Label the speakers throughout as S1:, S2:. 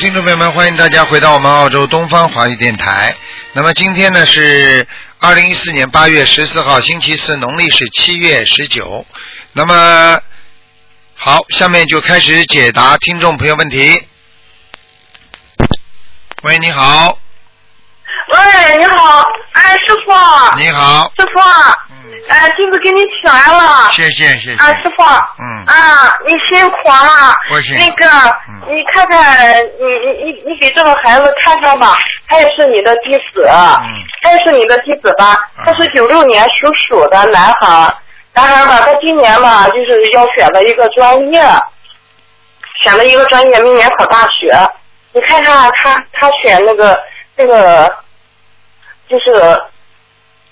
S1: 听众朋友们，欢迎大家回到我们澳洲东方华语电台。那么今天呢是二零一四年八月十四号，星期四，农历是七月十九。那么好，下面就开始解答听众朋友问题。喂，你好，
S2: 喂，你好，哎，师傅，
S1: 你嗯好，
S2: 师傅，哎，弟子给你请来了，
S1: 谢谢谢谢
S2: 啊，，师傅，
S1: 嗯
S2: 啊，你辛苦了，
S1: 不辛苦
S2: 那个，
S1: 嗯
S2: 你看看，你你你你给这个孩子看看吧，他也是你的弟子，啊
S1: 嗯
S2: 他也是你的弟子吧，
S1: 啊
S2: 他是九六年属鼠的男孩，男孩吧，他今年吧就是要选择一个专业，选了一个专业，明年考大学，你看看他他选那个那个就是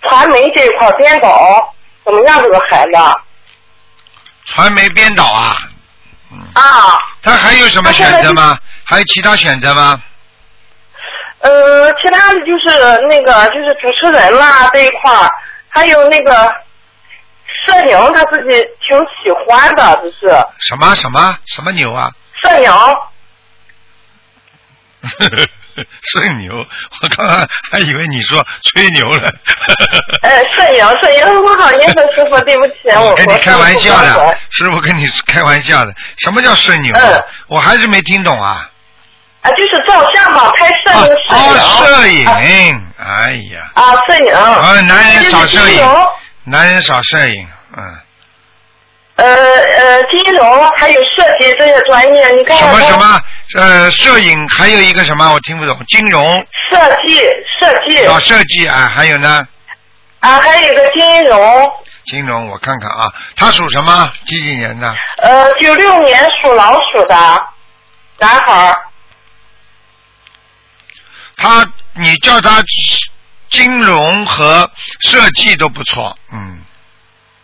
S2: 传媒这一块儿编导怎么样？这个孩子
S1: 传媒编导啊，
S2: 啊。
S1: 他还有什么
S2: 他现在
S1: 选择
S2: 就
S1: 吗？还有其他选择吗？
S2: 呃，其他的就是那个就是主持人啦、这一块儿，还有那个摄影，他自己挺喜欢的，就是
S1: 什么什么什么牛啊？
S2: 摄影。
S1: 吹牛，我刚刚还以为你说吹牛了。
S2: 呃，摄影，摄影，不好意思，师傅，对不起，哎我
S1: 跟你
S2: 我
S1: 开玩笑
S2: 上次不
S1: 的
S2: 懂，
S1: 师傅跟你开玩笑的。什么叫吹牛啊？
S2: 嗯
S1: 我还是没听懂啊。
S2: 啊，就是照相嘛，拍摄
S1: 啊
S2: 影，
S1: 哦，摄影
S2: 啊，
S1: 哎呀，
S2: 啊，摄影。
S1: 啊男人少摄影
S2: 金融，
S1: 男人少摄影，嗯，
S2: 呃呃，金融还有设计这些专业，你看
S1: 什
S2: 看
S1: 么
S2: 他
S1: 什么，呃，摄影还有一个什么我听不懂，金融
S2: 设计设计
S1: 啊，设计啊，还有呢，
S2: 啊，还有一个金融，
S1: 金融我看看啊，他属什么？几几年的？
S2: 呃，九六年属老鼠的男孩儿，
S1: 他，你叫他金融和设计都不错，嗯，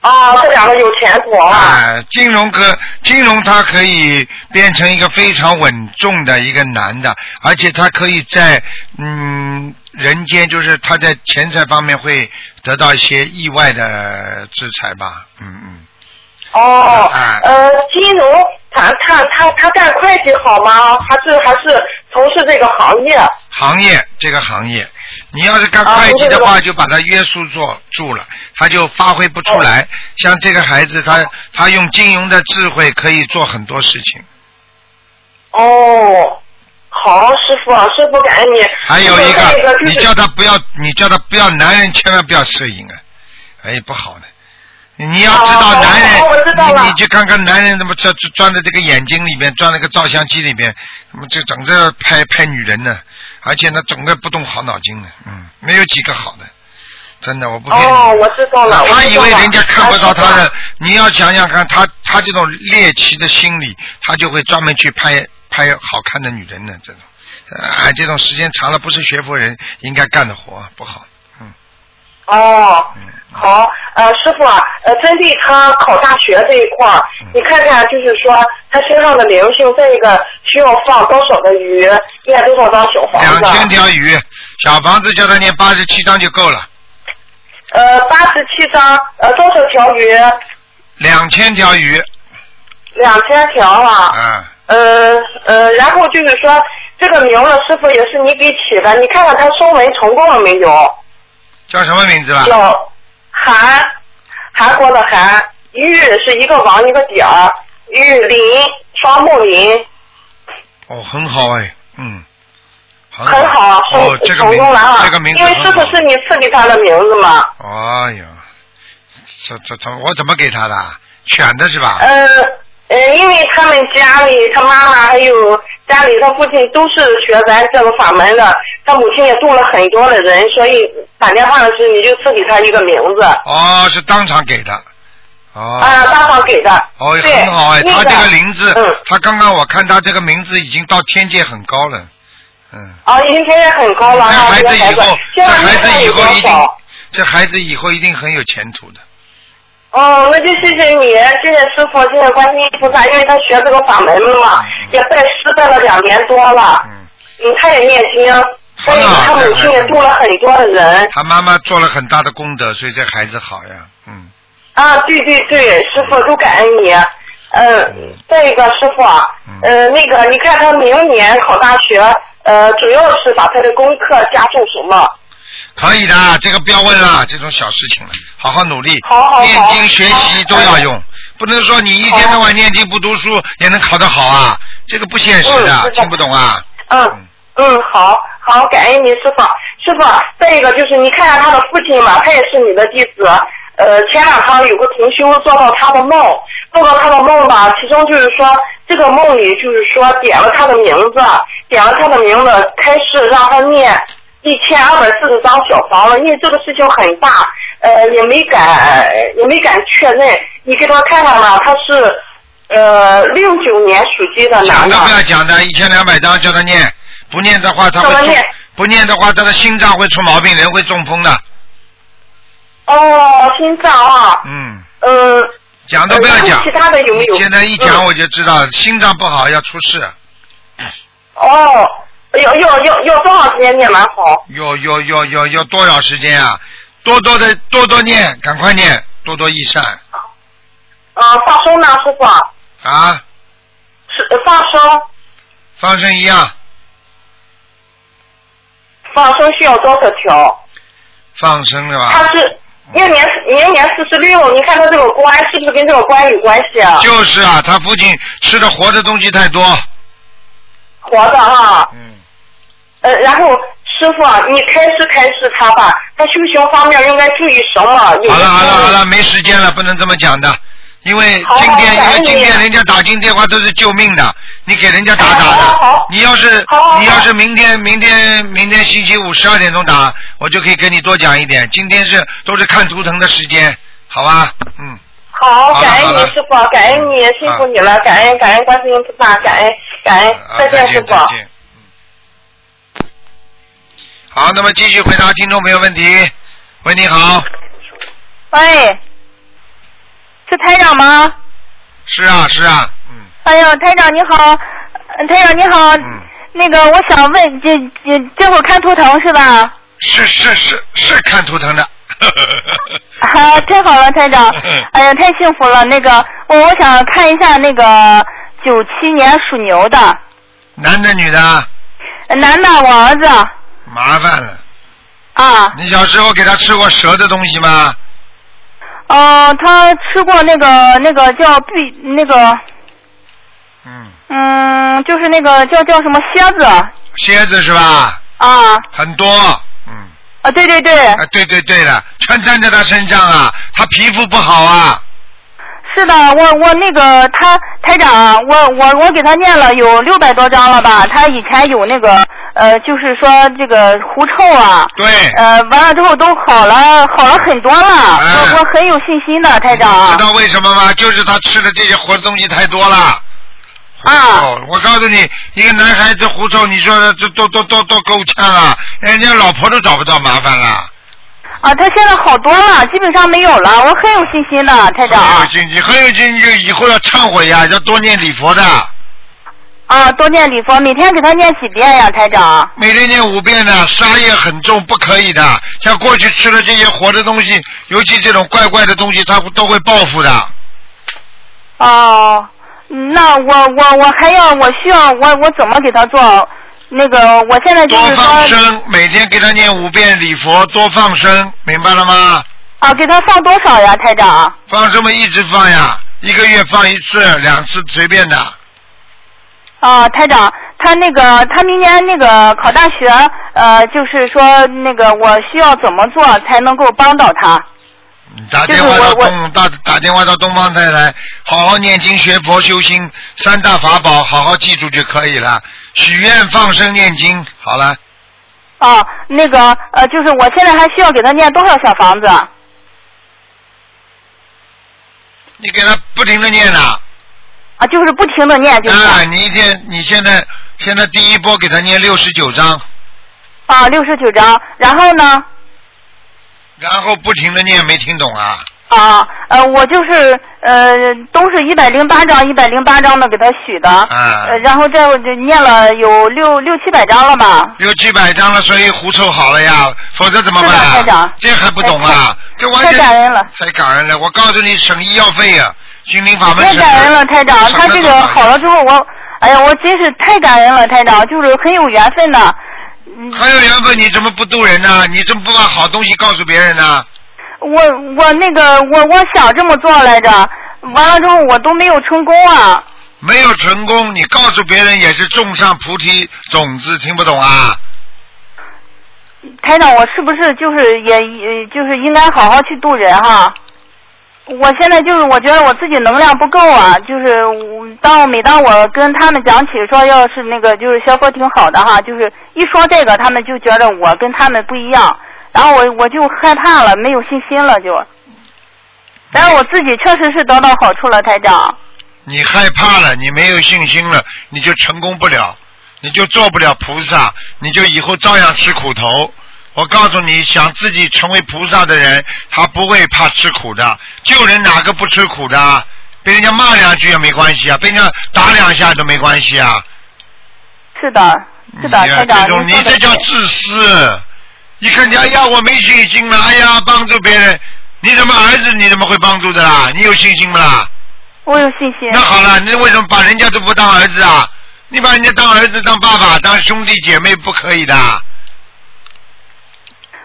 S2: 啊，这两个有前途啊，
S1: 哎，金融可金融他可以变成一个非常稳重的一个男的，而且他可以在嗯人间，就是他在钱财方面会得到一些意外的制裁吧，嗯嗯，
S2: 哦
S1: 哎，
S2: 呃，金融，他他他他干会计好吗？还是还是从事这个行业？
S1: 行业这个行业，你要是干
S2: 啊
S1: 会计的
S2: 我
S1: 话，
S2: 知
S1: 就把他约束做住了，他就发挥不出
S2: 哦
S1: 来。像这个孩子，他他用金融的智慧可以做很多事情。
S2: 哦，好，师傅，师傅感恩你。
S1: 还有一
S2: 师傅那
S1: 个，
S2: 就
S1: 你
S2: 是
S1: 叫他不要，你叫他不要，男人千万不要摄影啊，哎，不好的。你要知道，
S2: 哦
S1: 男人，
S2: 哦我知道了
S1: 你你去看看男人怎么钻钻在这个眼睛里面，钻那个照相机里面，那么就整个拍拍女人呢，而且呢，整个不动好脑筋的，嗯，没有几个好的，真的，我不骗你。
S2: 哦，我知道了。我知道
S1: 他以为
S2: 了
S1: 人家看不到他
S2: 啊
S1: 的，你要想想看，他他这种猎奇的心理，他就会专门去拍拍好看的女人呢。这种，哎、这种时间长了，不是学佛人应该干的活，啊不好。
S2: 哦，
S1: 嗯，
S2: 好，呃，师傅啊，呃，针对他考大学这一块儿
S1: 嗯，
S2: 你看看就是说他身上的灵性，这个需要放多少的鱼，念多少张小黄
S1: 两千
S2: 子？啊
S1: 条鱼，小房子叫他念八十七章就够了。
S2: 呃，八十七张，呃，多少条鱼？
S1: 两千条鱼，
S2: 两千条啊。
S1: 啊，
S2: 呃呃，然后就是说这个名字，师傅也是你给起的，你看看他收文成功了没有？
S1: 叫什么名字啦？
S2: 叫韩，韩国的韩，玉是一个王一个点儿，玉林，双木林。
S1: 哦，很好哎，嗯，很
S2: 很好，
S1: 哦
S2: 成，
S1: 这个
S2: 成
S1: 名
S2: 功了啊！
S1: 这个名字
S2: 因为
S1: 很
S2: 师傅
S1: 好
S2: 是你赐给他的名字嘛。
S1: 哎呀，这这这，我怎么给他的啊？选的是吧？
S2: 呃呃，因为他们家里他妈妈还有家里他父亲都是学咱这个法门的，他母亲也度了很多的人，所以打电话的时候你就赐给他一个名字。
S1: 哦，是当场给的。哦。
S2: 啊，大嫂给的，
S1: 哦，
S2: 对
S1: 很好哎，
S2: 那
S1: 他
S2: 个
S1: 这个名字，
S2: 嗯
S1: 他刚刚我看他这个名字已经到天界很高了，嗯，
S2: 啊，已经天天很高了
S1: 这
S2: 啊，
S1: 孩
S2: 这
S1: 子
S2: 个
S1: 以
S2: 孩
S1: 后，，
S2: 子
S1: 这
S2: 这
S1: 孩子以后一
S2: 多
S1: 定
S2: 少？，
S1: 这孩子以后一定很有前途的。
S2: 哦，那就谢谢你，谢谢师傅，谢谢观世音菩萨，因为他学这个法门了嘛，也拜师拜了两年多了。
S1: 嗯，
S2: 嗯，他也念经，所以他母亲也度了很多的人。
S1: 他妈妈做了很大的功德，所以这孩子好呀，嗯，
S2: 啊，对对对，师傅都感恩你。嗯，再一个师傅啊，
S1: 嗯
S2: 呃，那个你看他明年考大学，呃，主要是把他的功课加重什么？
S1: 可以的，这个不要问了，这种小事情了，好好努力，
S2: 好好好嗯
S1: 念经学习都要用，不能说你一天到晚念经不读书也能考得好啊，这个不现实
S2: 嗯
S1: 的，
S2: 是的
S1: 听不懂啊？
S2: 嗯嗯，好好，感恩您师傅。师傅，再一个就是你看看他的父亲吧，他也是你的弟子。呃，前两天有个同修做到他的梦，做到他的梦吧，其中就是说这个梦里就是说点了他的名字，点了他的名字，开始让他念一千二百四十张小房了，因为这个事情很大，呃，也没敢也没敢确认。你给他看看吧，他是呃六九年属鸡的
S1: 讲
S2: 男的
S1: 都。不要讲的，一千两百张叫他念，不念的话他会
S2: 叫他
S1: 中
S2: 念，
S1: 不念的话他的心脏会出毛病，人会中风的。
S2: 哦，心脏啊，
S1: 嗯，
S2: 嗯，
S1: 讲都不要讲
S2: 呃那。其他的有没有
S1: 现在一讲
S2: 嗯
S1: 我就知道、心脏不好要出事，
S2: 哦，要要要要多少时间念完好？
S1: 要要要要要多少时间啊？多多的多多念，赶快念，多多益善
S2: 呃，放生呢，师傅啊，
S1: 啊！
S2: 是呃放生，
S1: 放生一样，
S2: 放生需要多少
S1: 啊
S2: 条？
S1: 放生是吧？
S2: 他是明年明年四十六，你看他这个官是不是跟这个官有关系啊？
S1: 就是啊，他父亲吃的活的东西太多。
S2: 活的啊，
S1: 嗯，
S2: 呃，然后师傅啊，你开示开示他吧，他修行方面应该注意什么？有
S1: 好了好了好
S2: 没有
S1: 了，没时间了，不能这么讲的，因为
S2: 哎好
S1: 今天
S2: 好
S1: 因为
S2: 感
S1: 今
S2: 恩你
S1: 天人家打进电话都是救命的，你给人家打打
S2: 好好
S1: 的
S2: 好。
S1: 你要是
S2: 好好
S1: 你要是明天明天明天星期五十二点钟打，我就可以跟你多讲一点。今天是都是看图腾的时间，好吧？嗯，
S2: 好，感
S1: 好嗯
S2: 恩
S1: 了
S2: 你
S1: 好了
S2: 师傅，感恩你，辛苦你了，感恩感恩观世音菩萨，感恩感恩
S1: 啊，
S2: 哎再
S1: 再
S2: 见，师
S1: 见
S2: 傅。
S1: 再见。嗯嗯好，那么继续回答听众朋友问题。喂，你好，
S3: 喂，是台长吗？
S1: 是啊是啊，嗯
S3: 哎呀，台长你好，呃台长你好，
S1: 嗯。
S3: 那个我想问，这这这会儿看图腾是吧？
S1: 是是是是看图腾的。
S3: 啊，太 好了，台长，
S1: 嗯
S3: 哎呀，太幸福了。那个我我想看一下那个九七年属牛的
S1: 男的女的啊，
S3: 呃男的，我儿子
S1: 麻烦了。
S3: 啊，
S1: 你小时候给他吃过蛇的东西吗？嗯
S3: 呃，他吃过那个那个叫碧那个
S1: 嗯，
S3: 嗯，就是那个叫叫什么蝎子
S1: 蝎子是吧？
S3: 啊
S1: 很多。嗯，
S3: 啊，对对对，
S1: 啊，对对对了，全粘在他身上啊，他皮肤不好啊。
S3: 是的，我我那个他台长，我我我给他念了有六百多张了吧？他以前有那个呃，就是说这个狐臭啊，
S1: 对，
S3: 呃，完了之后都好了，好了很多了。
S1: 哎
S3: 我我很有信心的，台长。啊
S1: 你知道为什么吗？就是他吃的这些活的东西太多了。
S3: 啊
S1: 哦，我告诉你，一个男孩子狐臭，你说的这都都都都够呛啊，人家老婆都找不到麻烦了。
S3: 啊，他现在好多了，基本上没有了。我很有信心的，台长。
S1: 很有经济，很有经济，以后要忏悔呀，要多念礼佛的，
S3: 啊，多念礼佛，每天给他念几遍呀，台长？
S1: 每天念五遍的，杀业很重，不可以的。像过去吃了这些活的东西，尤其这种怪怪的东西，他都会报复的。
S3: 哦，那我我我还要我需要我我怎么给他做？那个我现在就
S1: 多
S3: 是
S1: 放
S3: 说
S1: 生，每天给他念五遍礼佛，多放生，明白了吗？
S3: 啊，给他放多少呀，台长？
S1: 放生嘛，一直放呀，一个月放一次、两次，随便的。
S3: 啊，台长，他那个他明年那个考大学，呃，就是说那个我需要怎么做才能够帮到他？
S1: 你打
S3: 就是
S1: 电话到
S3: 我我
S1: 东打打电话到东方台来，好好念经学佛修心三大法宝，好好记住就可以了。许愿、放生、念经，好了，
S3: 啊，那个呃，就是我现在还需要给他念多少小房子？啊
S1: 你给他不停的念了。
S3: 啊，就是不停的念，就是
S1: 啊，你一天你现在现在第一波给他念六十九章，
S3: 啊，六十九章。然后呢，
S1: 然后不停的念，没听懂啊？
S3: 啊，呃，我就是呃，都是一百零八章，一百零八章的给他许的，
S1: 啊
S3: 呃，然后这我就念了有六六七百章了吧？
S1: 有几百章了，所以狐臭好了呀，否则怎么办、
S3: 是的台
S1: 啊
S3: 长？
S1: 这还不懂啊？这完全
S3: 太感恩了
S1: 太感恩了！我告诉你，省医药费呀、啊心灵法门
S3: 太
S1: 是
S3: 感人了，台长，
S1: 什么
S3: 他
S1: 都
S3: 这个
S1: 管
S3: 好了之后，我，哎呀，我真是太感人了，台长，就是很有缘分的。
S1: 还有缘分，你怎么不渡人呢？你怎么不把好东西告诉别人呢？
S3: 我我那个我我想这么做来着，完了之后我都没有成功啊。
S1: 没有成功，你告诉别人也是种上菩提种子，听不懂啊？
S3: 台长，我是不是就是也也就是应该好好去渡人哈？我现在就是我觉得我自己能量不够啊，就是我当每当我跟他们讲起说要是那个就是学佛挺好的哈，就是一说这个他们就觉得我跟他们不一样，然后我我就害怕了，没有信心了就。但是我自己确实是得到好处了，台长。
S1: 你害怕了，你没有信心了，你就成功不了，你就做不了菩萨，你就以后照样吃苦头。我告诉你，想自己成为菩萨的人，他不会怕吃苦的。救人哪个不吃苦的啊？被人家骂两句也没关系啊，被人家打两下都没关系啊。
S3: 是的，是的，
S1: 你哎呀
S3: 台长，
S1: 这种
S3: 您
S1: 嗯你
S3: 说
S1: 这
S3: 的
S1: 叫
S3: 对
S1: 自私。你看人家哎呀，我没信心了，哎呀，帮助别人，你怎么儿子你怎么会帮助的啦？你有信心不啦？
S3: 我有信心。
S1: 那好了，你为什么把人家都不当儿子啊？你把人家当儿子、当爸爸、当兄弟姐妹不可以的，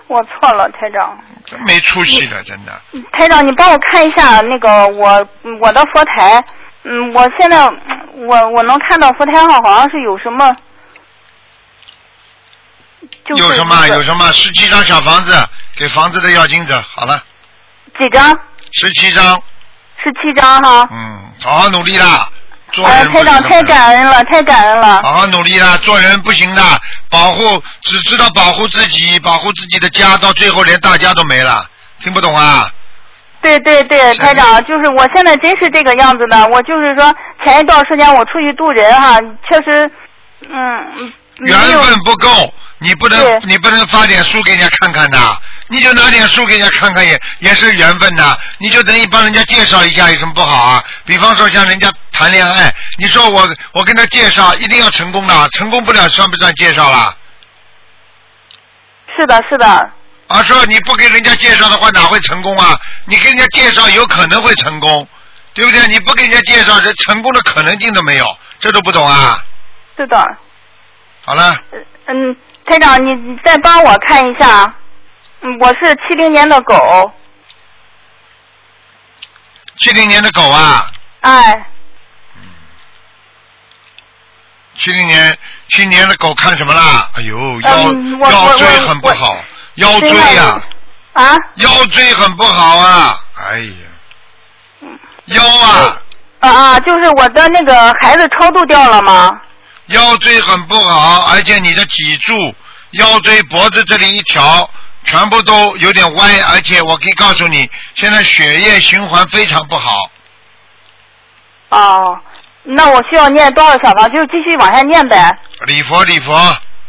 S3: 我错了，台长。
S1: 真没出息的，真的。
S3: 台长，你帮我看一下那个我我的佛台，嗯，我现在嗯我我能看到佛台上好像是有什么，就是
S1: 有什么啊
S3: 那个
S1: 有什么？十七张小房子给房子的要经者，好了，
S3: 几张？
S1: 十七张，
S3: 十七张哈。
S1: 嗯，好好努力啦，做
S3: 哎，
S1: 人不
S3: 台
S1: 是
S3: 长
S1: 这么
S3: 太
S1: 人
S3: 感恩了，太感恩了。
S1: 好好努力啦，做人不行的，保护只知道保护自己，保护自己的家，到最后连大家都没了，听不懂啊？
S3: 对对对，
S1: 是的
S3: 台长，就是我现在真是这个样子的。我就是说，前一段时间我出去渡人哈、确实，嗯，没
S1: 缘
S3: 有
S1: 分不够，你不能
S3: 对
S1: 你不能发点书给人家看看的，你就拿点书给人家看看也也是缘分呐，你就等于帮人家介绍一下有什么不好啊？比方说像人家谈恋爱，你说我我跟他介绍一定要成功的，成功不了算不算介绍啦？
S3: 是的，是的，
S1: 啊，说你不给人家介绍的话，哪会成功啊？你给人家介绍有可能会成功，对不对？你不给人家介绍，这成功的可能性都没有，这都不懂啊？
S3: 是的。
S1: 好了，
S3: 嗯，台长，你你再帮我看一下，嗯，我是七零年的狗，
S1: 七零年的狗啊，
S3: 哎，
S1: 七零年七零年的狗看什么啦？哎呦，腰、
S3: 嗯我
S1: 腰
S3: 我
S1: 椎
S3: 我
S1: 很不
S3: 我
S1: 好，腰椎
S3: 真
S1: 呀、
S3: 的啊，
S1: 腰椎很不好啊，哎呀，
S3: 嗯
S1: 腰啊，
S3: 啊啊，就是我的那个孩子超度掉了吗？
S1: 腰椎很不好，而且你的脊柱、腰椎、脖子这里一条全部都有点歪，而且我可以告诉你，现在血液循环非常不好，
S3: 哦，那我需要念多少小房？就是继续往下念呗。
S1: 礼佛礼佛，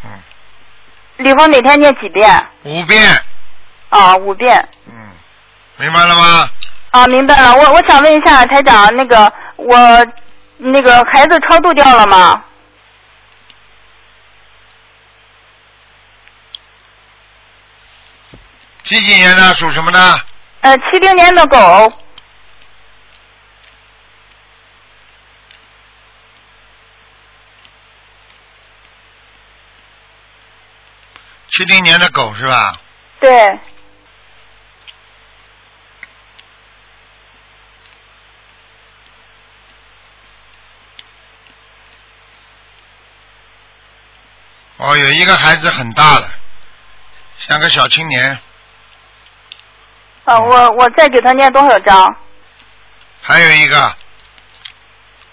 S1: 嗯，
S3: 礼佛每天念几遍？
S1: 五遍，
S3: 啊，五遍。
S1: 嗯，明白了吗？
S3: 啊，明白了。我我想问一下台长，那个我那个孩子超度掉了吗？
S1: 几几年的属什么呢？
S3: 呃，七零年的狗，
S1: 七零年的狗是吧？
S3: 对，
S1: 哦，有一个孩子很大了，像个小青年，
S3: 啊，我我再给他念多少章？
S1: 还有一个，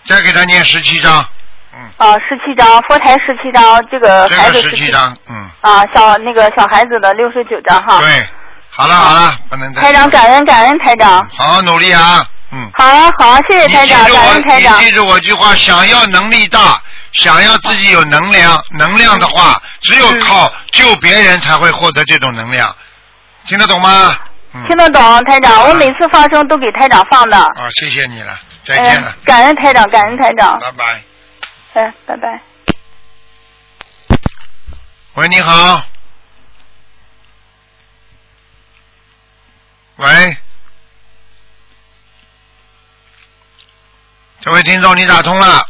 S1: 再给他念十七章，嗯，
S3: 啊，十七张，佛台十七张，这个
S1: 这
S3: 孩
S1: 个
S3: 子
S1: 十七
S3: 17
S1: 章，嗯。
S3: 啊，小那个小孩子的六十九张哈。
S1: 对，好了好了，不能再。
S3: 台长，感恩感恩台长。
S1: 好好努力啊，嗯。
S3: 好啊好啊，谢谢
S1: 你
S3: 台长，
S1: 记住
S3: 感恩台
S1: 我，
S3: 长
S1: 你。记住我句话：想要能力大，想要自己有能量，能量的话，只
S3: 嗯
S1: 有靠救别人才会获得这种能量，听得懂吗？嗯。
S3: 听得懂，台
S1: 好
S3: 长，
S1: 啊
S3: 我每次放生都给台长放的。
S1: 啊，谢谢你了，再
S3: 哎
S1: 见
S3: 呀
S1: 了，，啊
S3: 感恩台长，感恩台长。
S1: 拜拜。
S3: 哎，拜拜。
S1: 喂，你好。喂。这位听众，你打通了。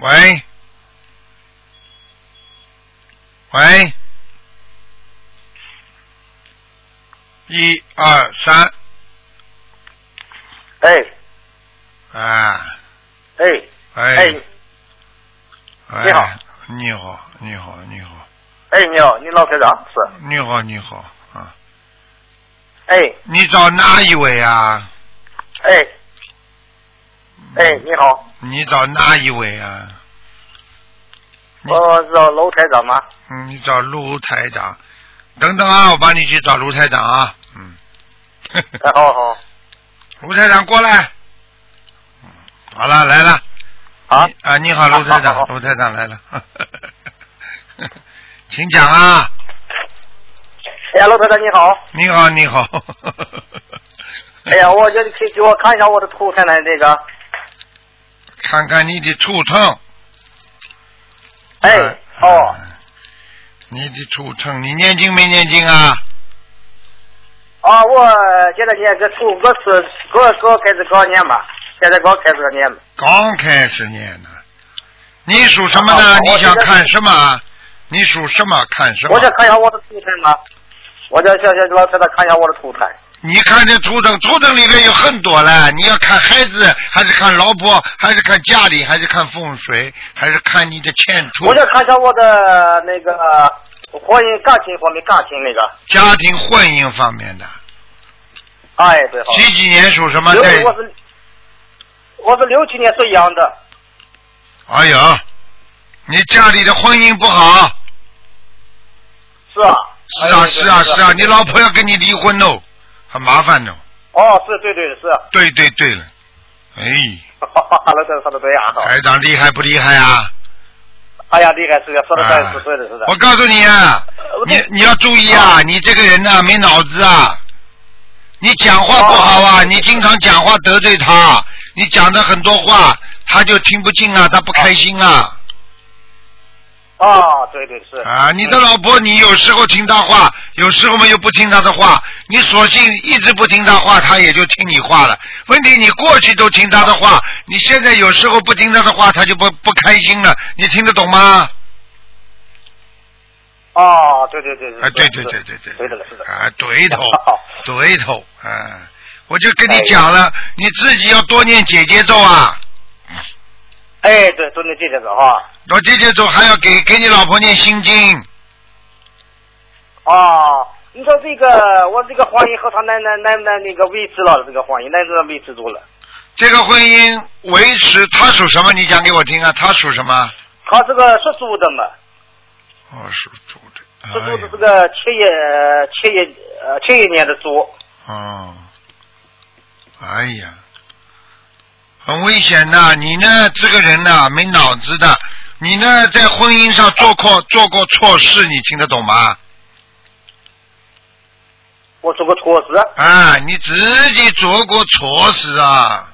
S1: 喂，喂，一二三，
S2: 哎
S1: 啊，
S2: 哎哎
S1: 哎，哎
S2: 你好，
S1: 你好，你好，你好，
S2: 哎，你好，你老台长是？
S1: 你好，你好啊！
S2: 哎
S1: 你找哪一位啊？
S2: 哎哎，你好，
S1: 你找哪一位啊？你
S2: 我是楼台 长吗？
S1: 嗯，你找卢台长。等等啊，我帮你去找卢台长啊。 嗯，
S2: 哎，好好
S1: 卢台长过来。嗯，好了，来了。
S2: 啊
S1: 你啊，你好，卢台
S2: 好好
S1: 长，
S2: 好
S1: 卢台长来了。 请讲啊！
S2: 哎呀，楼台长你 好，
S1: 你好，你好。
S2: 哎呀，我觉得可以给我看一下我的图，看看这
S1: 嗯
S2: 个，
S1: 看看你的触痛。
S2: 哎
S1: 啊
S2: 哦，
S1: 你的触痛，你念经没念经啊？
S2: 啊，我现在念这图，我是我刚开始刚念嘛，现在刚开始念嘛，
S1: 刚开始念呢。你属什么
S2: 啊
S1: 呢
S2: 啊？
S1: 你
S2: 我
S1: 想
S2: 现在
S1: 看什么？你属什么？看什么？
S2: 我想看一下我的图腾嘛，我想想想老台长看一下我的图腾，
S1: 你看这图腾，图腾里面有很多了。你要看孩子，还是看老婆，还是看家里，还是看风水，还是看你的欠处
S2: 我？想看一下我的那个婚姻感情方面感情那个，
S1: 家庭婚姻方面的。
S2: 哦哎，对，好。
S1: 几几年属什么？
S2: 六
S1: 在
S2: 我是我是六七年属羊的，
S1: 哎呦，你家里的婚姻不好。
S2: 是啊。
S1: 是啊，
S2: 哎
S1: 是啊，是啊，你老。
S2: 对对
S1: 婆要跟你离婚喽，很麻烦喽。
S2: 哦，是对对是，
S1: 对对对了，哎，
S2: 哈哈哈，说的对啊，
S1: 台长厉害不厉害啊？
S2: 哎呀，厉害是的，说的对
S1: 啊
S2: 是对的是的。呃
S1: 我告诉你啊，你你要注意啊，你这个人呐、没脑子啊，你讲话不好啊，你经常讲话得罪他，你讲的很多话他就听不进啊，他不开心啊
S2: 啊，对对是。
S1: 啊！你的老婆，你有时候听他话，有时候嘛又不听他的话，你索性一直不听他话，他也就听你话了。问题你过去都听他的话，你现在有时候不听他的话，他就不不开心了，你听得懂吗？
S2: 啊，对对对对。
S1: 啊，对
S2: 是
S1: 对对对
S2: 对的是的。，
S1: 啊，对头 对头，啊，我就跟你讲了，你自己要多念姐姐咒啊，
S2: 哎，对，都能记得着啊。
S1: 多姐姐咒还要给给你老婆念心经，
S2: 啊，你说这个我这个婚姻和他那那那那那个维持了这个婚姻，那是维持住了。
S1: 这个婚姻维持，他属什么？你讲给我听啊，他属什么？
S2: 他这个属猪的
S1: 哎
S2: 嘛，
S1: 哦，属猪的，
S2: 属
S1: 哎
S2: 猪
S1: 呦，
S2: 的这个七一七一呃七一年的猪。
S1: 哦，哎呀，很危险呐、你呢，这个人呐、没脑子的，你呢，在婚姻上做过做过错事，你听得懂吗？
S2: 我做个措施，
S1: 啊，你自己做过错事啊，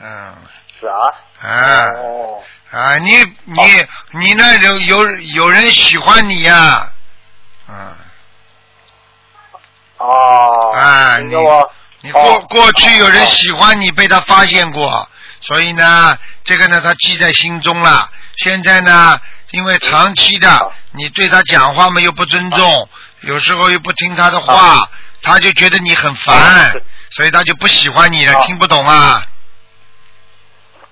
S1: 嗯，
S2: 是啊。
S1: 啊
S2: 哦，
S1: 啊，你你你那有有有人喜欢你呀、啊，
S2: 哦。
S1: 啊
S2: 你给我，
S1: 你过、
S2: 哦
S1: 过去有人
S2: 哦
S1: 喜欢你，被他发现过，所以呢，这个呢，他记在心中了。现在呢，因为长期的
S2: 哦
S1: 你对他讲话嘛又不尊重，有时候又不听他的话，他就觉得你很烦
S2: 哦，
S1: 所以他就不喜欢你了
S2: 哦。
S1: 听不懂啊？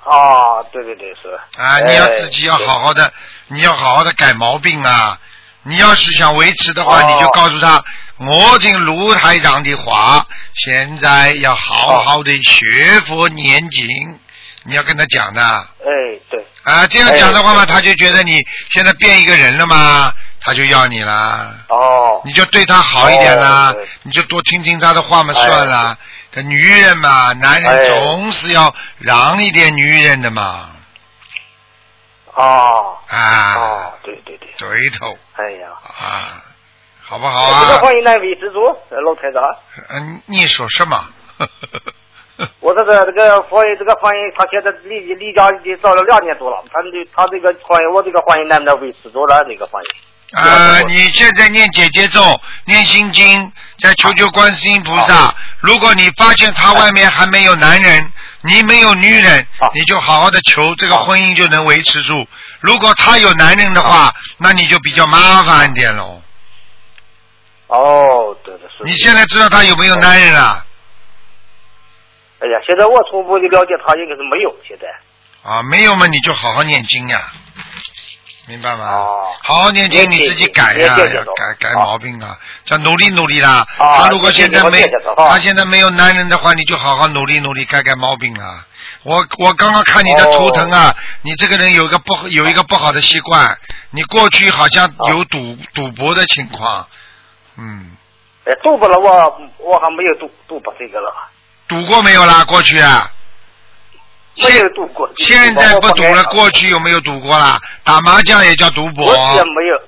S2: 啊，对对对，是。哎
S1: 啊，你要自己要好好的，你要好好的改毛病啊！你要是想维持的话，
S2: 哦
S1: 你就告诉他，我听卢台长的话，现在要好好
S2: 哦
S1: 的学佛念经。你要跟他讲的
S2: 哎。哎，对。
S1: 啊，这样讲的话嘛，
S2: 哎
S1: 他就觉得你现在变一个人了嘛，他就要你啦，
S2: 哦。
S1: 你就对他好一点啦
S2: 哦对，
S1: 你就多听听他的话嘛，
S2: 哎
S1: 算了。这女人嘛，男人
S2: 哎
S1: 总是要让一点女人的嘛，
S2: 哦。
S1: 啊。
S2: 哦，对对对。
S1: 对头
S2: 哎呀。
S1: 啊，好不好
S2: 这个
S1: 啊？
S2: 欢迎那位之主，呃老台长，
S1: 嗯，你说什 么？
S2: 我这个这个婚姻这个婚姻，他现在离离家已经找了两年多了，他就他这个婚姻，我这个婚姻能不能维持住了？这个婚姻
S1: 呃，你现在念姐姐咒，念心经，在求求观世音菩萨。如果你发现他外面还没有男人，你没有女人，你就好好的求，这个婚姻就能维持住。如果他有男人的话，那你就比较麻烦一点喽。
S2: 哦，对的是。
S1: 你现在知道他有没有男人啊了？
S2: 哎呀，现在我初步的了解他应该是没有，现在。
S1: 啊，没有嘛，你就好好念经呀、明白吗？好好念经，
S2: 念
S1: 你
S2: 经
S1: 自己改呀、
S2: 念经
S1: 要
S2: 懂
S1: 改改毛病啊，要努力努力啦。
S2: 啊
S1: 他如果现在没
S2: 念经懂啊
S1: 他现在没有男人的话，你就好好努力努力，改改毛病啊。我我刚刚看你的图腾啊，你这个人有一个不有一个不好的习惯，你过去好像有赌、赌博的情况，嗯，
S2: 哎，赌博了，我我还没有赌赌博这个了，
S1: 赌过没有啦？过去啊，
S2: 没有赌过。
S1: 现在不赌了，过
S2: 去
S1: 去有没有赌过啦？打麻将也叫赌博
S2: 过，去也没有，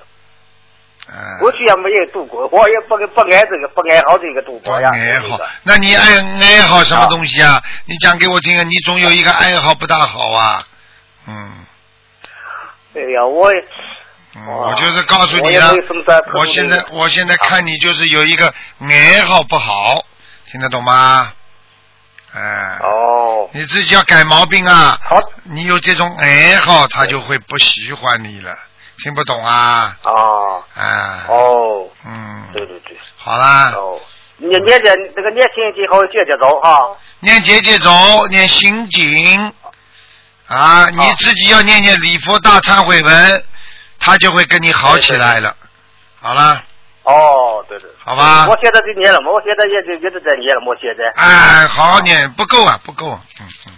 S1: 嗯。
S2: 过去也没有赌过，我也不不爱这个，不爱好这个赌博呀。
S1: 爱
S2: 这
S1: 好
S2: 个，
S1: 那你爱爱好什么东西啊？你讲给我听啊！你总有一个爱好不大好啊。嗯，
S2: 哎呀，我也
S1: 嗯
S2: 哇
S1: 我就是告诉你
S2: 我
S1: 了
S2: 也没有什么在特殊的
S1: 我现在我现在看你就是有一个爱好不好，听得懂吗？哎、
S2: 哦，
S1: 你自己要改毛病啊！
S2: 好
S1: 你有这种爱好，他就会不喜欢你了，听不懂啊？
S2: 啊，
S1: 啊，
S2: 哦，对
S1: 嗯，
S2: 对对，
S1: 好啦，
S2: 哦，你念的那个念心经好解解着啊哈。
S1: 念结节咒，念心经啊，你自己要念念礼佛大忏悔文，他就会跟你好起来了。好了，
S2: 哦，对对，
S1: 好吧
S2: 我现在就念了嘛，我现在也就一直在念了嘛，我现在
S1: 哎，好好念，不够啊，不够啊，嗯嗯，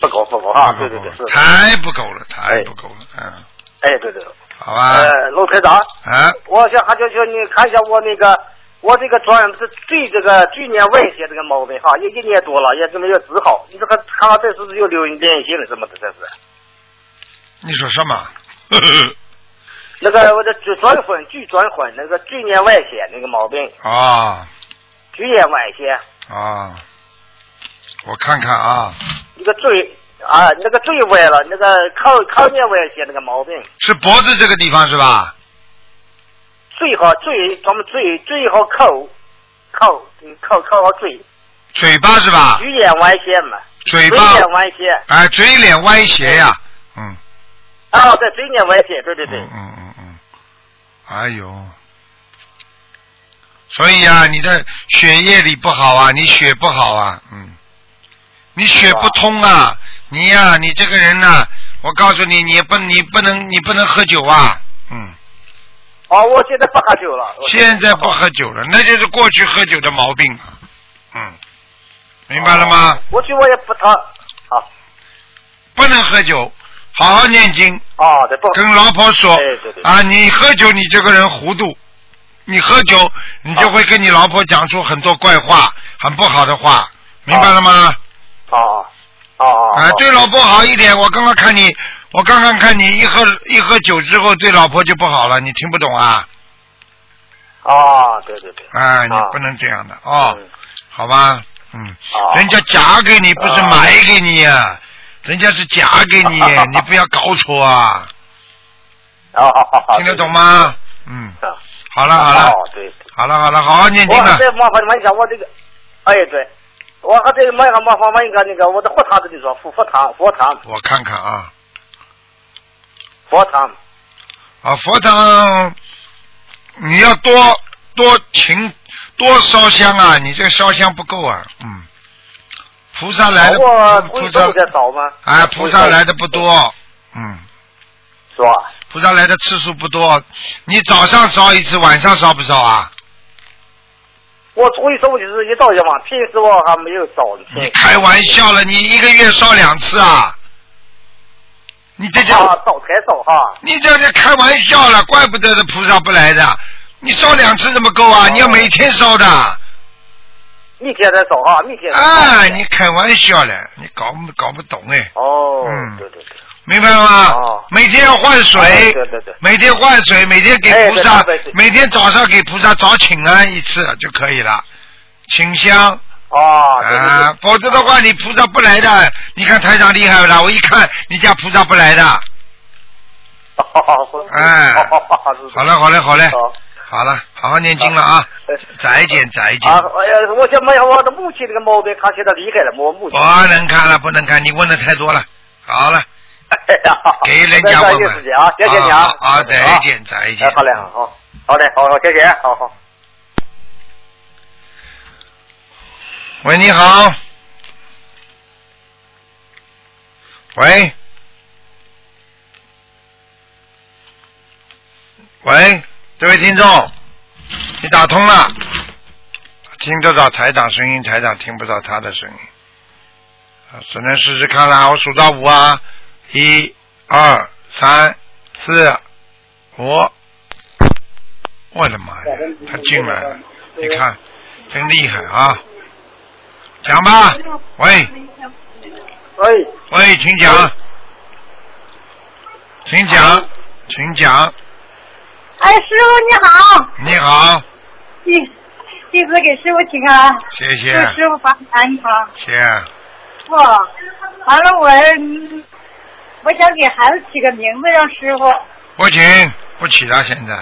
S2: 不高不高啊，
S1: 不够
S2: 对对对，
S1: 不
S2: 是
S1: 够，，太不够了，太不够了，嗯，
S2: 哎对对，
S1: 好吧，
S2: 呃，陆台长，
S1: 啊，
S2: 我想还就叫你看一下我那个，我这个专是最这个去年外邪这个毛病哈，也一年多了，也是没有治好。你这个看看这是不是又流变性了什么的，这是。
S1: 你说什么？ 呵呵
S2: 那个我的嘴转混，嘴转混，那个嘴年外邪那个毛病，
S1: 呵啊
S2: 嘴也外邪，
S1: 啊，我看看啊，
S2: 那个嘴啊，那个嘴歪了，那个靠靠面外邪那个毛病，
S1: 是脖子这个地方是吧？
S2: 最好嘴咱们嘴最好口，口嗯口口好嘴，
S1: 嘴巴是吧？
S2: 嘴也歪斜嘛，
S1: 嘴
S2: 嘴
S1: 巴
S2: 也，歪斜，
S1: 哎，嘴脸歪斜呀、嗯。
S2: 啊对，嘴也歪斜，对对对。
S1: 嗯嗯嗯嗯，哎呦，所以啊，你的血液里不好啊，你血不好啊，嗯，你血不通啊，你呀、你这个人呐、我告诉你，你也不你不能你不能喝酒啊，嗯，
S2: 哦，我现在不喝酒了。我
S1: 现在不喝酒了，那就是过去喝酒的毛病啊，嗯，明白了吗？
S2: 过哦去我也不他，啊，
S1: 不能喝酒，好好念经，
S2: 哦，对不？
S1: 跟老婆说
S2: 哎对对
S1: 啊，你喝酒你这个人糊涂，你喝酒你就会跟你老婆讲出很多怪话，很不好的话，明白了吗？
S2: 哦哦哦。
S1: 啊
S2: 哦，
S1: 对老婆好一点。我刚刚看你，我刚刚看你一喝一喝酒之后对老婆就不好了，你听不懂啊？
S2: 哦，对对对。
S1: 啊，你
S2: 啊
S1: 不能这样的哦
S2: 嗯，
S1: 好吧，嗯，
S2: 哦
S1: 人家夹给你不是
S2: 啊
S1: 买给你啊，人家是夹给 你，你不要搞错啊，
S2: 哦哦哦哦。
S1: 听得懂吗？嗯，
S2: 对？对对
S1: 好了好了
S2: 哦，，对。
S1: 好了好了，好好念
S2: 我
S1: 经
S2: 还
S1: 了。
S2: 在麻烦问一下，我这个，哎对，我还在麻烦麻烦问一个那个我的佛堂的，你说佛佛堂佛堂
S1: 我看看啊，
S2: 佛堂，
S1: 啊，佛堂你要多多勤多烧香啊，你这个烧香不够啊，嗯，菩萨来的
S2: 我
S1: 菩
S2: 同
S1: 萨
S2: 都在找吗？
S1: 哎，菩萨来的不多，嗯，
S2: 是吧？
S1: 菩萨来的次数不多，你早上烧一次，晚上烧不烧啊？
S2: 我初一十五就是一早一晚，平时我还没有找呢。
S1: 你开玩笑了，你一个月烧两次啊？你这叫
S2: 啊，早太少哈。
S1: 你这这开玩笑了，怪不得这菩萨不来的。你烧两次怎么够啊？
S2: 哦
S1: 你要每天烧的。
S2: 明天再找啊，明天再找。
S1: 啊，你开玩笑了，你搞不搞不懂哎，
S2: 哦，
S1: 嗯
S2: 对对对，
S1: 明白吗？
S2: 哦
S1: 每天要换水，
S4: 哦
S2: 哎对对对
S1: 每天换水，每天给菩萨，
S2: 哎对对对
S1: 每天早上给菩萨早请安一次就可以了，请香
S2: 啊，对对对
S1: 啊，否则的话你菩萨不来的。你看台长厉害了，我一看你家菩萨不来的，哎好
S4: 好
S1: 嘞，好嘞，好嘞，好了，好好念经了啊，再见，再见。
S4: 啊，哎呀，我想没有我的母亲这个毛病，她现在厉害了，我母亲。
S1: 不能看了，不能看，你问的太多了。好了，
S4: 哎呀
S1: 给人家问
S4: 那
S1: 问
S4: 再见师姐啊，谢谢你啊
S1: 好。好，再见，再见
S4: 哎，。好嘞，好好，好嘞，好好，谢谢，好好。
S1: 喂，你好。喂。喂，这位听众，你打通了，听得到台长声音，台长听不到他的声音，啊只能试试看啦。我数到五啊，一、二、三、四、五。我的妈呀，他进来了，你看，真厉害啊！讲吧，喂
S4: 喂，
S1: 喂，请讲，请讲，请讲。
S5: 哎，师傅你好，
S1: 你好，
S5: 弟弟子给师傅请安，
S1: 谢谢
S5: 祝，师傅发安康。
S1: 谢谢。
S5: 不，完了我，嗯我想给孩子起个名字让师傅。
S1: 不请不起了，现在。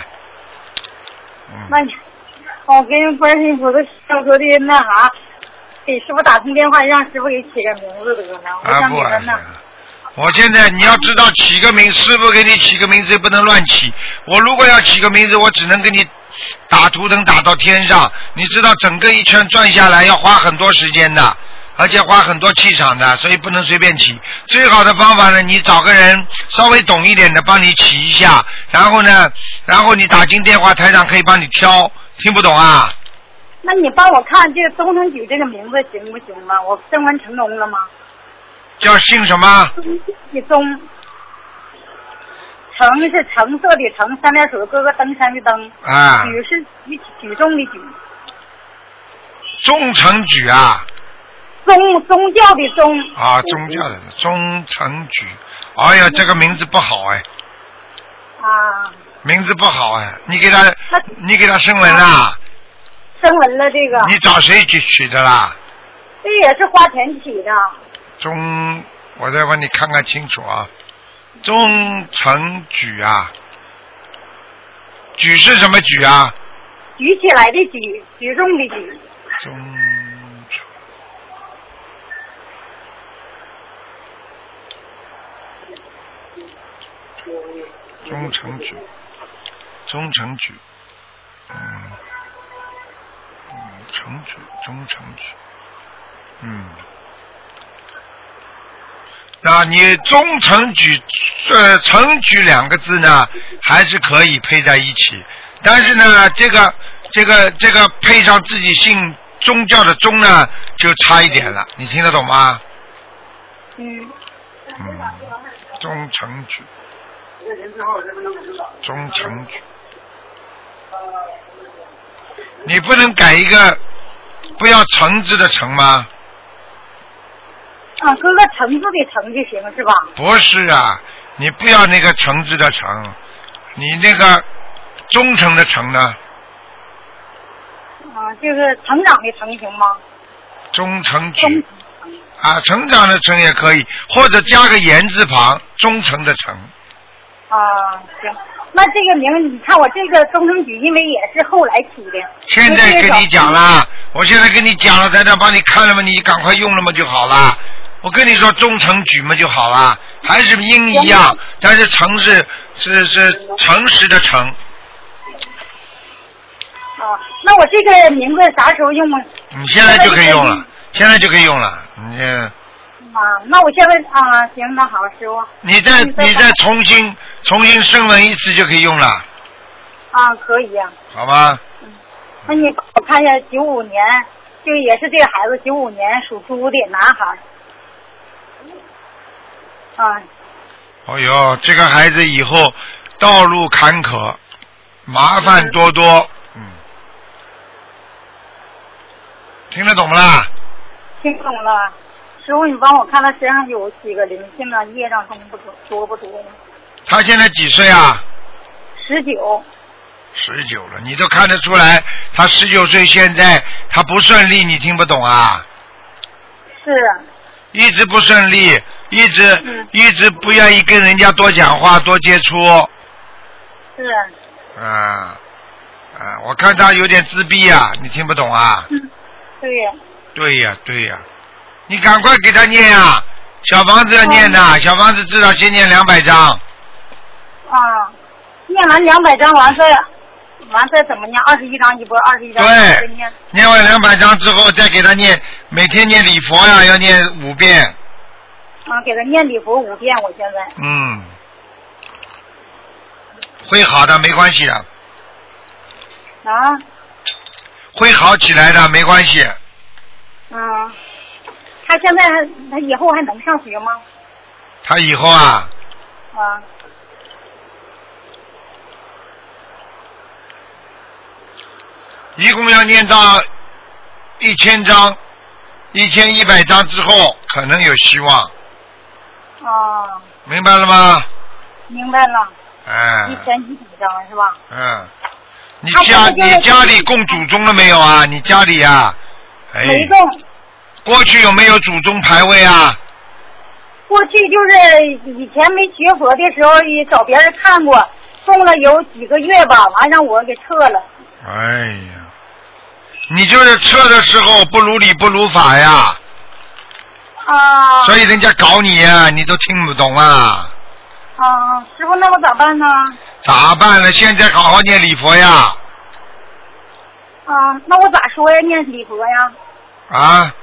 S1: 嗯，
S5: 那你，我跟观世音菩萨说的那啥，给师傅打通电话，让师傅给起个名字得了。我
S1: 啊
S5: 想
S1: 不
S5: 给他
S1: 啊
S5: 那，
S1: 我现在你要知道起个名，师傅给你起个名字也不能乱起。我如果要起个名字，我只能给你打图腾打到天上。你知道整个一圈转下来要花很多时间的，而且花很多气场的，所以不能随便起。最好的方法呢，你找个人稍微懂一点的帮你起一下，然后呢，然后你打进电话，台长可以帮你挑。听不懂啊？
S5: 那你帮我看这个东城举这个名字行不行吗？我升完成功了吗？
S1: 叫姓什么？
S5: 一宗，橙是橙色的橙，三点水哥哥登山的登，
S1: 啊，
S5: 举是举举重的举，
S1: 忠诚举啊。
S5: 宗宗教的宗，
S1: 啊，宗教的忠诚举，哎呀，这个名字不好哎，
S5: 啊，
S1: 名字不好哎，你给他
S5: 那，
S1: 你给他升文啦，
S5: 升文了这个，
S1: 你找谁去取的啦？
S5: 这也是花钱起的，
S1: 忠，我再帮你看看清楚啊，忠诚举啊，举是什么举啊？
S5: 举起来的举，举重的举，
S1: 忠诚，忠诚举，忠诚举，嗯，嗯，诚举，忠诚举，嗯。那你忠诚举，呃，诚举两个字呢，还是可以配在一起。但是呢，这个这个这个配上自己信宗教的宗呢，就差一点了。你听得懂吗？
S5: 嗯，
S1: 嗯，忠诚举，忠诚举，你不能改一个不要诚字的诚吗？
S5: 啊，哥哥橙子的橙就行是吧？
S1: 不是啊，你不要那个诚字的诚，你那个忠诚的诚呢？
S5: 啊，就是成长的成行吗？
S1: 忠诚
S5: 忠
S1: 举啊，成长的成也可以，或者加个言字旁，忠诚的诚。
S5: 啊，行，那这个名你看我这个东城举，因为也是后来起的，
S1: 现在
S5: 因为这
S1: 跟
S5: 个
S1: 你讲啦，我现在跟你讲了，在那帮你看了嘛，你赶快用了嘛就好啦。我跟你说，忠诚举嘛就好啦，还是音一样，但是诚是是是诚实的诚，
S5: 啊，那我这个名字啥时候用啊？
S1: 你嗯现在就可以用了，现在就可以用了。嗯你
S5: 啊，那我现在啊，行，那好，师傅
S1: 你再
S5: 嗯拜拜
S1: 你再重新重新声纹一次就可以用了，
S5: 啊，可以呀、
S1: 好吗？
S5: 那你帮我看一下九五年，就也是这个孩子，九五年属猪的男孩。啊，
S1: 哦呦，这个孩子以后道路坎坷，麻烦多多。嗯，听得懂不啦？
S5: 听懂了。师傅，你帮我看他身上有几个灵性啊？业障重不多？多不多？
S1: 他现在几岁啊？
S5: 十九。
S1: 十九了，你都看得出来，他十九岁现在他不顺利，你听不懂啊？
S5: 是啊
S1: 一直不顺利，一直、一直不愿意跟人家多讲话、多接触。
S5: 是，
S1: 啊啊，我看他有点自闭啊，你听不懂啊？
S5: 对呀，
S1: 对呀、对呀、你赶快给他念啊！小房子要念的，小房子至少先念两百张，
S5: 啊，念完两百张完事儿，完事儿怎么念？二十一张一波，二十一张一波
S1: 对
S5: 再念。
S1: 念完两百张之后再给他念，每天念礼佛呀、要念五遍，
S5: 啊，给他念礼佛五遍，我现在
S1: 嗯，会好的，没关系的，
S5: 啊，
S1: 会好起来的，没关系。
S5: 嗯，他现在还他以后还能上学吗？
S1: 他以后啊，
S5: 啊，
S1: 一共要念到一千张，一千一百张之后，可能有希望，
S5: 啊，
S1: 明白了吗？
S5: 明白了，
S1: 哎
S5: 一，千几百张是吧？
S1: 嗯，你
S5: 他
S1: 家
S5: 现在就是
S1: 你家里供祖宗了没有啊？你家里啊，哎，
S5: 没动，
S1: 过去有没有祖宗牌位啊？
S5: 过去就是以前没学佛的时候，也找别人看过，供了有几个月吧，完让我给撤了。
S1: 哎呀，你就是撤的时候不如理不如法呀，
S5: 啊
S1: 所以人家搞你呀，你都听不懂啊？
S5: 啊，师傅，那我咋办呢？
S1: 咋办了？现在好好念礼佛呀，
S5: 啊，那我咋说呀？念礼佛呀？
S1: 啊？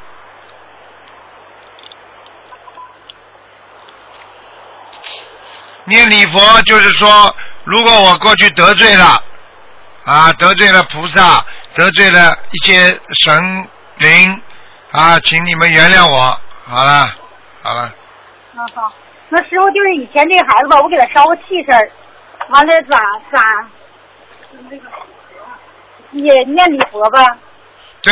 S1: 念礼佛就是说，如果我过去得罪了，啊，得罪了菩萨，得罪了一些神灵，啊，请你们原谅我。好了，好了，
S5: 啊好，那师傅就是以前这个孩子吧，我给他烧个气身儿，完了咋咋，也念礼佛吧。
S1: 对，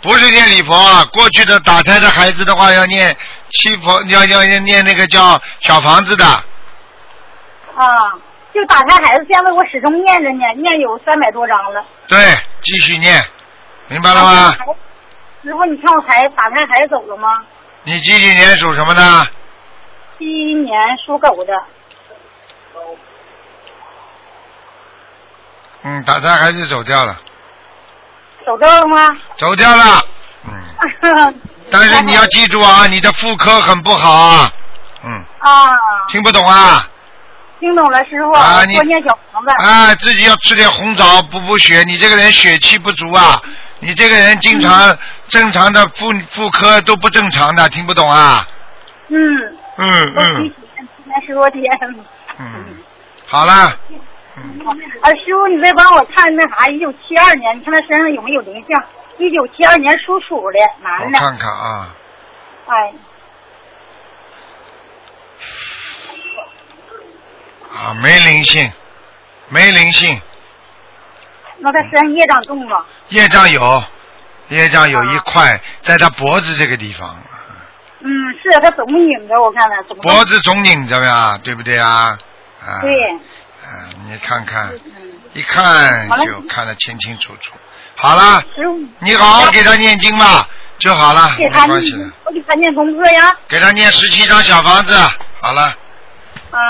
S1: 不是念礼佛啊，过去的打胎的孩子的话要念七佛，要要要念那个叫小房子的，
S5: 啊，就打开孩子，现在我始终念着呢，念有三百多张了。
S1: 对，继续念，明白了吗？
S5: 师傅，你看我孩子打开孩子走了吗？
S1: 你几几年属什么的？
S5: 七一年属狗的，
S1: 嗯，打胎还是走掉了？
S5: 走掉了吗？
S1: 走掉了。嗯，但是你要记住啊，你的妇科很不好啊。嗯，
S5: 啊，
S1: 听不懂啊？
S5: 听懂了，师傅。
S1: 啊你
S5: 多念小房子。
S1: 啊，自己要吃点红枣补补血。你这个人血气不足啊，你这个人经常正常的妇妇科都不正常的，听不懂啊？
S5: 嗯，
S1: 嗯
S5: 多提
S1: 嗯
S5: 起，那师傅天。
S1: 嗯，好了，
S5: 啊，师傅，你再帮我看那啥，一九七二年，你看他身上有没有灵性？一九七二年属鼠的男
S1: 我
S5: 的，
S1: 看看啊，
S5: 哎，
S1: 啊，没灵性，没灵性，
S5: 那他身上业障重吗？
S1: 业障有，业障有一块在他脖子这个地方。
S5: 嗯，是他总拧着，我看他总
S1: 脖子总拧着呀，对不对啊？啊，
S5: 对，
S1: 啊，你看看，
S5: 嗯，
S1: 一看
S5: 好了
S1: 就看得清清楚楚。好了，
S5: 师傅，
S1: 你好好给他念经吧，就好了，
S5: 给
S1: 没
S5: 他
S1: 关系
S5: 念
S1: 的。，
S5: 我给他念功课呀。
S1: 给他念十七张小房子，好了，
S5: 啊，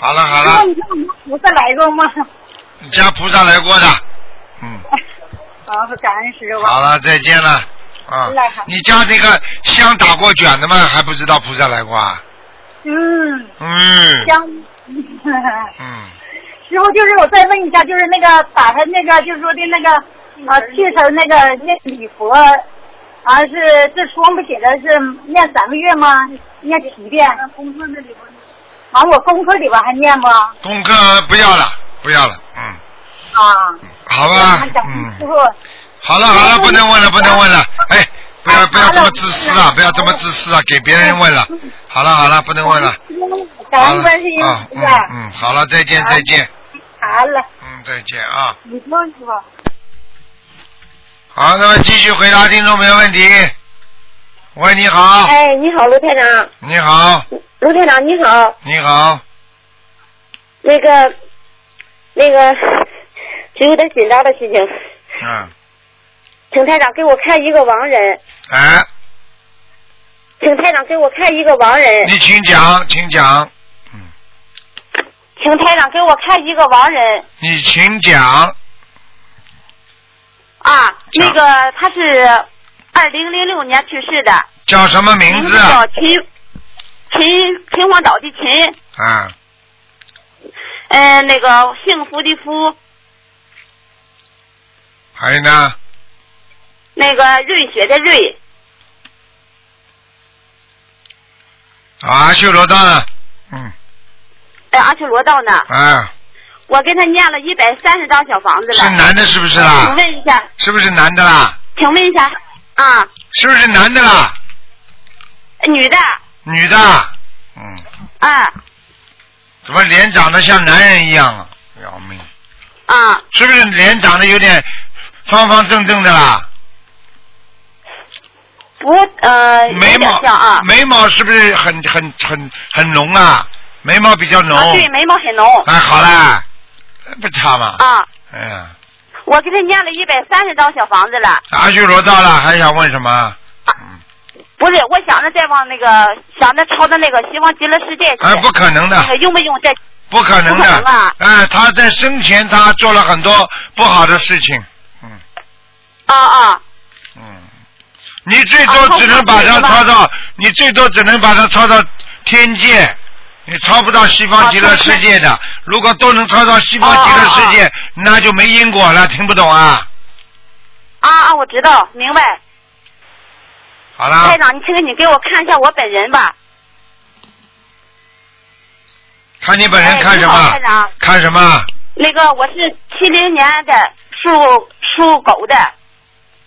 S1: 好了，好
S5: 师傅，
S1: 了，
S5: 你看我们菩萨来过吗？
S1: 你家菩萨来过的，嗯，
S5: 啊，感恩师傅。
S1: 好了，再见了。啊
S5: 来好，
S1: 你家那个香打过卷的吗？还不知道菩萨来过啊？
S5: 嗯，
S1: 嗯，
S5: 香。
S1: 嗯，
S5: 师傅，就是我再问一下，就是那个打开那个，就是说的那个啊，气神那个念礼佛，啊是这书上不写的是念三个月吗？念七遍。功课那里边。完、我功课里边还念不？啊。
S1: 功课不要了，不要了，嗯，
S5: 啊
S1: 好吧
S5: 感，恩
S1: 嗯
S5: 师。傅。
S1: 好了好了，不能问了不能问了，哎，不要
S5: 哎
S1: 不要这么自私啊，不要这么自私啊，给别人问了。好了好了，不能问了。
S5: 嗯感
S1: 好
S5: 恩
S1: 了
S5: 观世音
S1: 啊，
S5: 菩
S1: 嗯
S5: 萨。
S1: 嗯，好了，再见再见，
S5: 好了，
S1: 嗯再见啊。
S5: 你说师傅。
S1: 好，那么继续回答听众朋友问题。喂，你好，
S6: 哎，你好，卢台长，
S1: 你好，
S6: 卢台长你好，
S1: 你好，
S6: 那个，那个，就有点紧张的事情，
S1: 嗯，
S6: 请台长给我看一个亡人，
S1: 哎，
S6: 请台长给我看一个亡人，
S1: 你请讲，请讲，
S6: 请台长给我看一个亡人
S1: 你请讲。
S6: 啊，
S1: 讲
S6: 那个他是二零零六年去世的，
S1: 叫什么名
S6: 名字
S1: 字啊
S6: 叫？秦秦秦皇岛的秦，
S1: 啊，
S6: 嗯、那个幸福的福，
S1: 还有呢？
S6: 那个瑞雪的瑞，
S1: 啊，修罗道呢？嗯，
S6: 呃，阿修罗道呢。
S1: 啊，
S6: 我给他念了一百三十张小房子了。
S1: 是男的是不是啦
S6: 请？问一下，
S1: 是不是男的啦？
S6: 请问一下，啊，
S1: 是不是男的啦？
S6: 女的，
S1: 女的？嗯，
S6: 啊
S1: 怎么脸长得像男人一样啊？要命！
S6: 啊，
S1: 是不是脸长得有点方方正正的啦？
S6: 不，呃，有
S1: 眉
S6: 点
S1: 毛
S6: 像啊，
S1: 眉毛是不是很很很很浓啊？眉毛比较浓。
S6: 啊，对，眉毛很浓，
S1: 哎，好啦，不差嘛。
S6: 啊，
S1: 哎呀，
S6: 我给他念了一百三十张小房子了。
S1: 阿修罗到了，还想问什么？
S6: 啊
S1: 嗯，
S6: 不是，我想着再往那个，想着朝着那个西方极乐世界去，
S1: 哎，不可能的
S6: 那，个用不用再？
S1: 不可能
S6: 不可
S1: 的
S6: 能啊。
S1: 哎，他在生前他做了很多不好的事情。嗯
S6: 啊啊
S1: 嗯，你最
S6: 啊
S1: 多只能把他
S6: 他
S1: 抄
S6: 是
S1: 到，你最多只能把他抄到天界。你抄不到西方
S6: 啊
S1: 极乐世界的，如果都能抄到西方
S6: 哦
S1: 极乐
S6: 哦
S1: 世界，那就没因果了，听不懂啊？
S6: 啊啊！我知道，明白。
S1: 好啦，
S6: 台长，你请你给我看一下我本人吧。
S1: 看你本人
S6: 哎
S1: 看
S6: 你
S1: 什
S6: 好
S1: 么
S6: 台？长，
S1: 看什么？
S6: 那个我是七零年的属属狗的，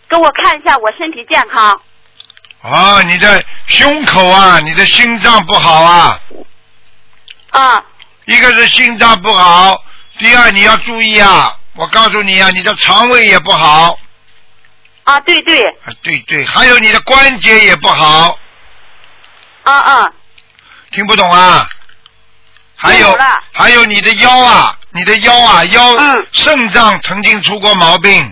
S6: 给我看一下我身体健康。
S1: 哦，你的胸口啊，你的心脏不好啊，
S6: 啊
S1: 一个是心脏不好，第二你要注意啊，我告诉你啊，你的肠胃也不好，
S6: 啊，对对，
S1: 啊对对，还有你的关节也不好，
S6: 啊啊
S1: 听不懂啊？还
S6: 听
S1: 有
S6: 懂了
S1: 还有你的腰啊，你的腰啊腰、
S6: 嗯
S1: 肾脏曾经出过毛病，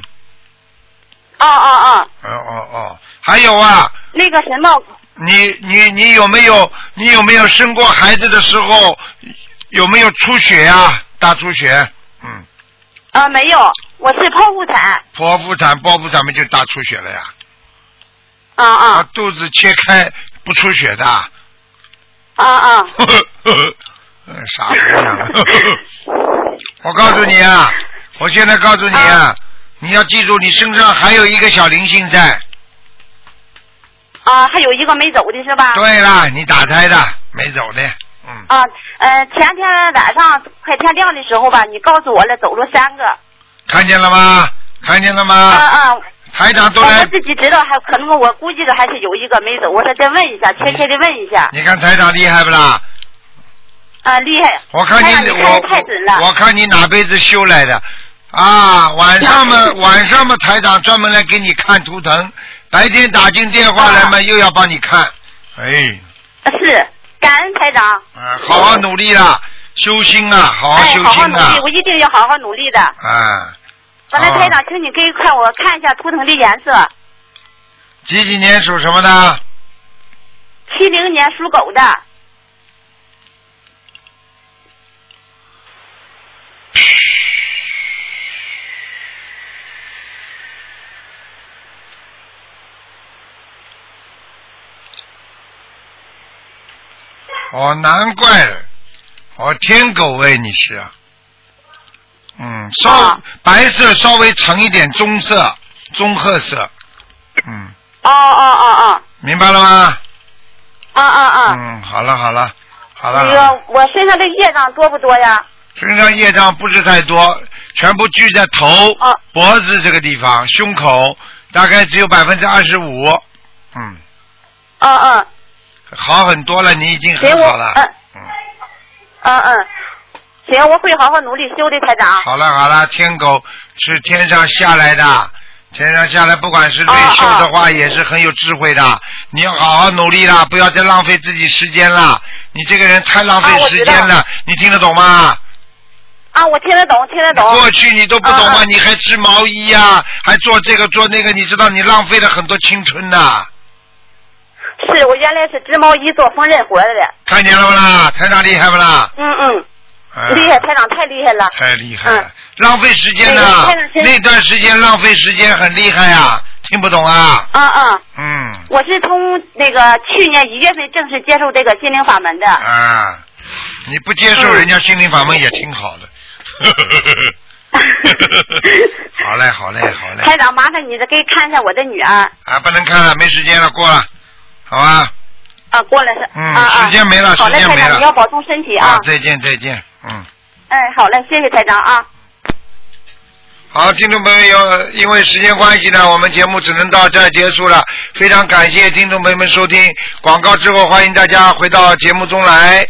S6: 啊啊啊，
S1: 哦哦哦，还有啊，
S6: 那个什么，
S1: 你你你有没有你有没有生过孩子的时候有没有出血啊？大出血，嗯。
S6: 啊没有，我是剖腹产。
S1: 剖腹产、剖腹产不就大出血了呀？
S6: 啊
S1: 把
S6: 啊
S1: 肚子切开不出血的啊，
S6: 啊啊！
S1: 呃 傻姑娘。 我告诉你啊，我现在告诉你啊，你要记住，你身上还有一个小灵性在。
S6: 啊，还有一个没走的是吧？
S1: 对啦，你打胎的，没走的，嗯，
S6: 啊，呃，前天晚上快天亮的时候吧，你告诉我了，走了三个。
S1: 看见了吗？看见了
S6: 啊
S1: 吗？
S6: 啊，
S1: 台长都
S6: 我
S1: 来
S6: 我，自己知道，还可能我估计着还是有一个没走，我说再问一下，确切的问一下。
S1: 你看台长厉害不啦？
S6: 啊，厉害！
S1: 我看
S6: 哎呀
S1: 你
S6: 你
S1: 我
S6: 看太准了。
S1: 我看你哪辈子修来的啊？晚上嘛，晚上嘛，台长专门来给你看图腾，白天打进电
S6: 啊
S1: 话来嘛，又要帮你看。哎，
S6: 是感恩台长，
S1: 啊，好好努力啦，修心啊，好好
S6: 哎，
S1: 修
S6: 好好
S1: 心
S6: 努
S1: 啊
S6: 力，，我一定要好好努力的。
S1: 啊，哦
S6: 完了，
S1: 好
S6: 台长，请你给看我看一下图腾的颜色。
S1: 啊几几年属什么的？
S6: 七零年属狗的，
S1: 哦，难怪了，哦，天狗哎，你是啊，嗯，稍、
S6: 啊
S1: 白色稍微沉一点，棕色、棕褐色，嗯，
S6: 哦哦哦
S1: 明白了吗？
S6: 哦，啊啊啊！哎
S1: 嗯，好了好了好了
S6: 那
S1: 好了，
S6: 个我身上的业障多不多呀？
S1: 身上业障不是太多，全部聚在头、
S6: 啊
S1: 脖子这个地方、胸口，大概只有百分之二十五。嗯，
S6: 嗯嗯
S1: 好很多了，你已经
S6: 给
S1: 很
S6: 我
S1: 好了。
S6: 嗯
S1: 嗯，
S6: 嗯嗯，行，我会好好努力修的，台长。
S1: 好了好了，天狗是天上下来的，天上下来不管是内修的话，也是很有智慧的。你要好好努力啦，不要再浪费自己时间啦。你这个人太浪
S6: 啊
S1: 费
S6: 我
S1: 时
S6: 知道
S1: 间了，你听得懂吗？
S6: 啊，我听得懂，听得懂。
S1: 过去你都不懂吗？
S6: 啊
S1: 你还织毛衣啊呀、还做这个做那个，你知道你浪费了很多青春呐、
S6: 是是我原来是织毛衣做缝纫活的，
S1: 看见了不啦？台长厉害不啦？
S6: 嗯嗯，
S1: 啊
S6: 厉害，台长太厉害了。
S1: 太厉害了
S6: 嗯，哎
S1: 浪费时间呐
S6: 对台长！真
S1: 那段时间浪费时间很厉害啊，听不懂啊？
S6: 嗯嗯，
S1: 嗯
S6: 我是从那个去年一月份正式接受这个心灵法门的。
S1: 啊，你不接受人家心灵法门也挺好 的。好嘞，好嘞，好嘞
S6: 台。长，麻烦你再给看一下我的女儿，
S1: 啊，不能看了，没时间了，过了，好吧？
S6: 啊，过了是，
S1: 嗯
S6: 啊啊，
S1: 时间没了
S6: 好
S1: 时
S6: 嘞，
S1: 间
S6: 台
S1: 没了
S6: 长，你要保重身体啊。
S1: 再见，再见，嗯。
S6: 哎，好嘞，谢谢台长啊。
S1: 好，听众朋友，因为时间关系呢，我们节目只能到这儿结束了。非常感谢听众朋友们收听广告之后，欢迎大家回到节目中来。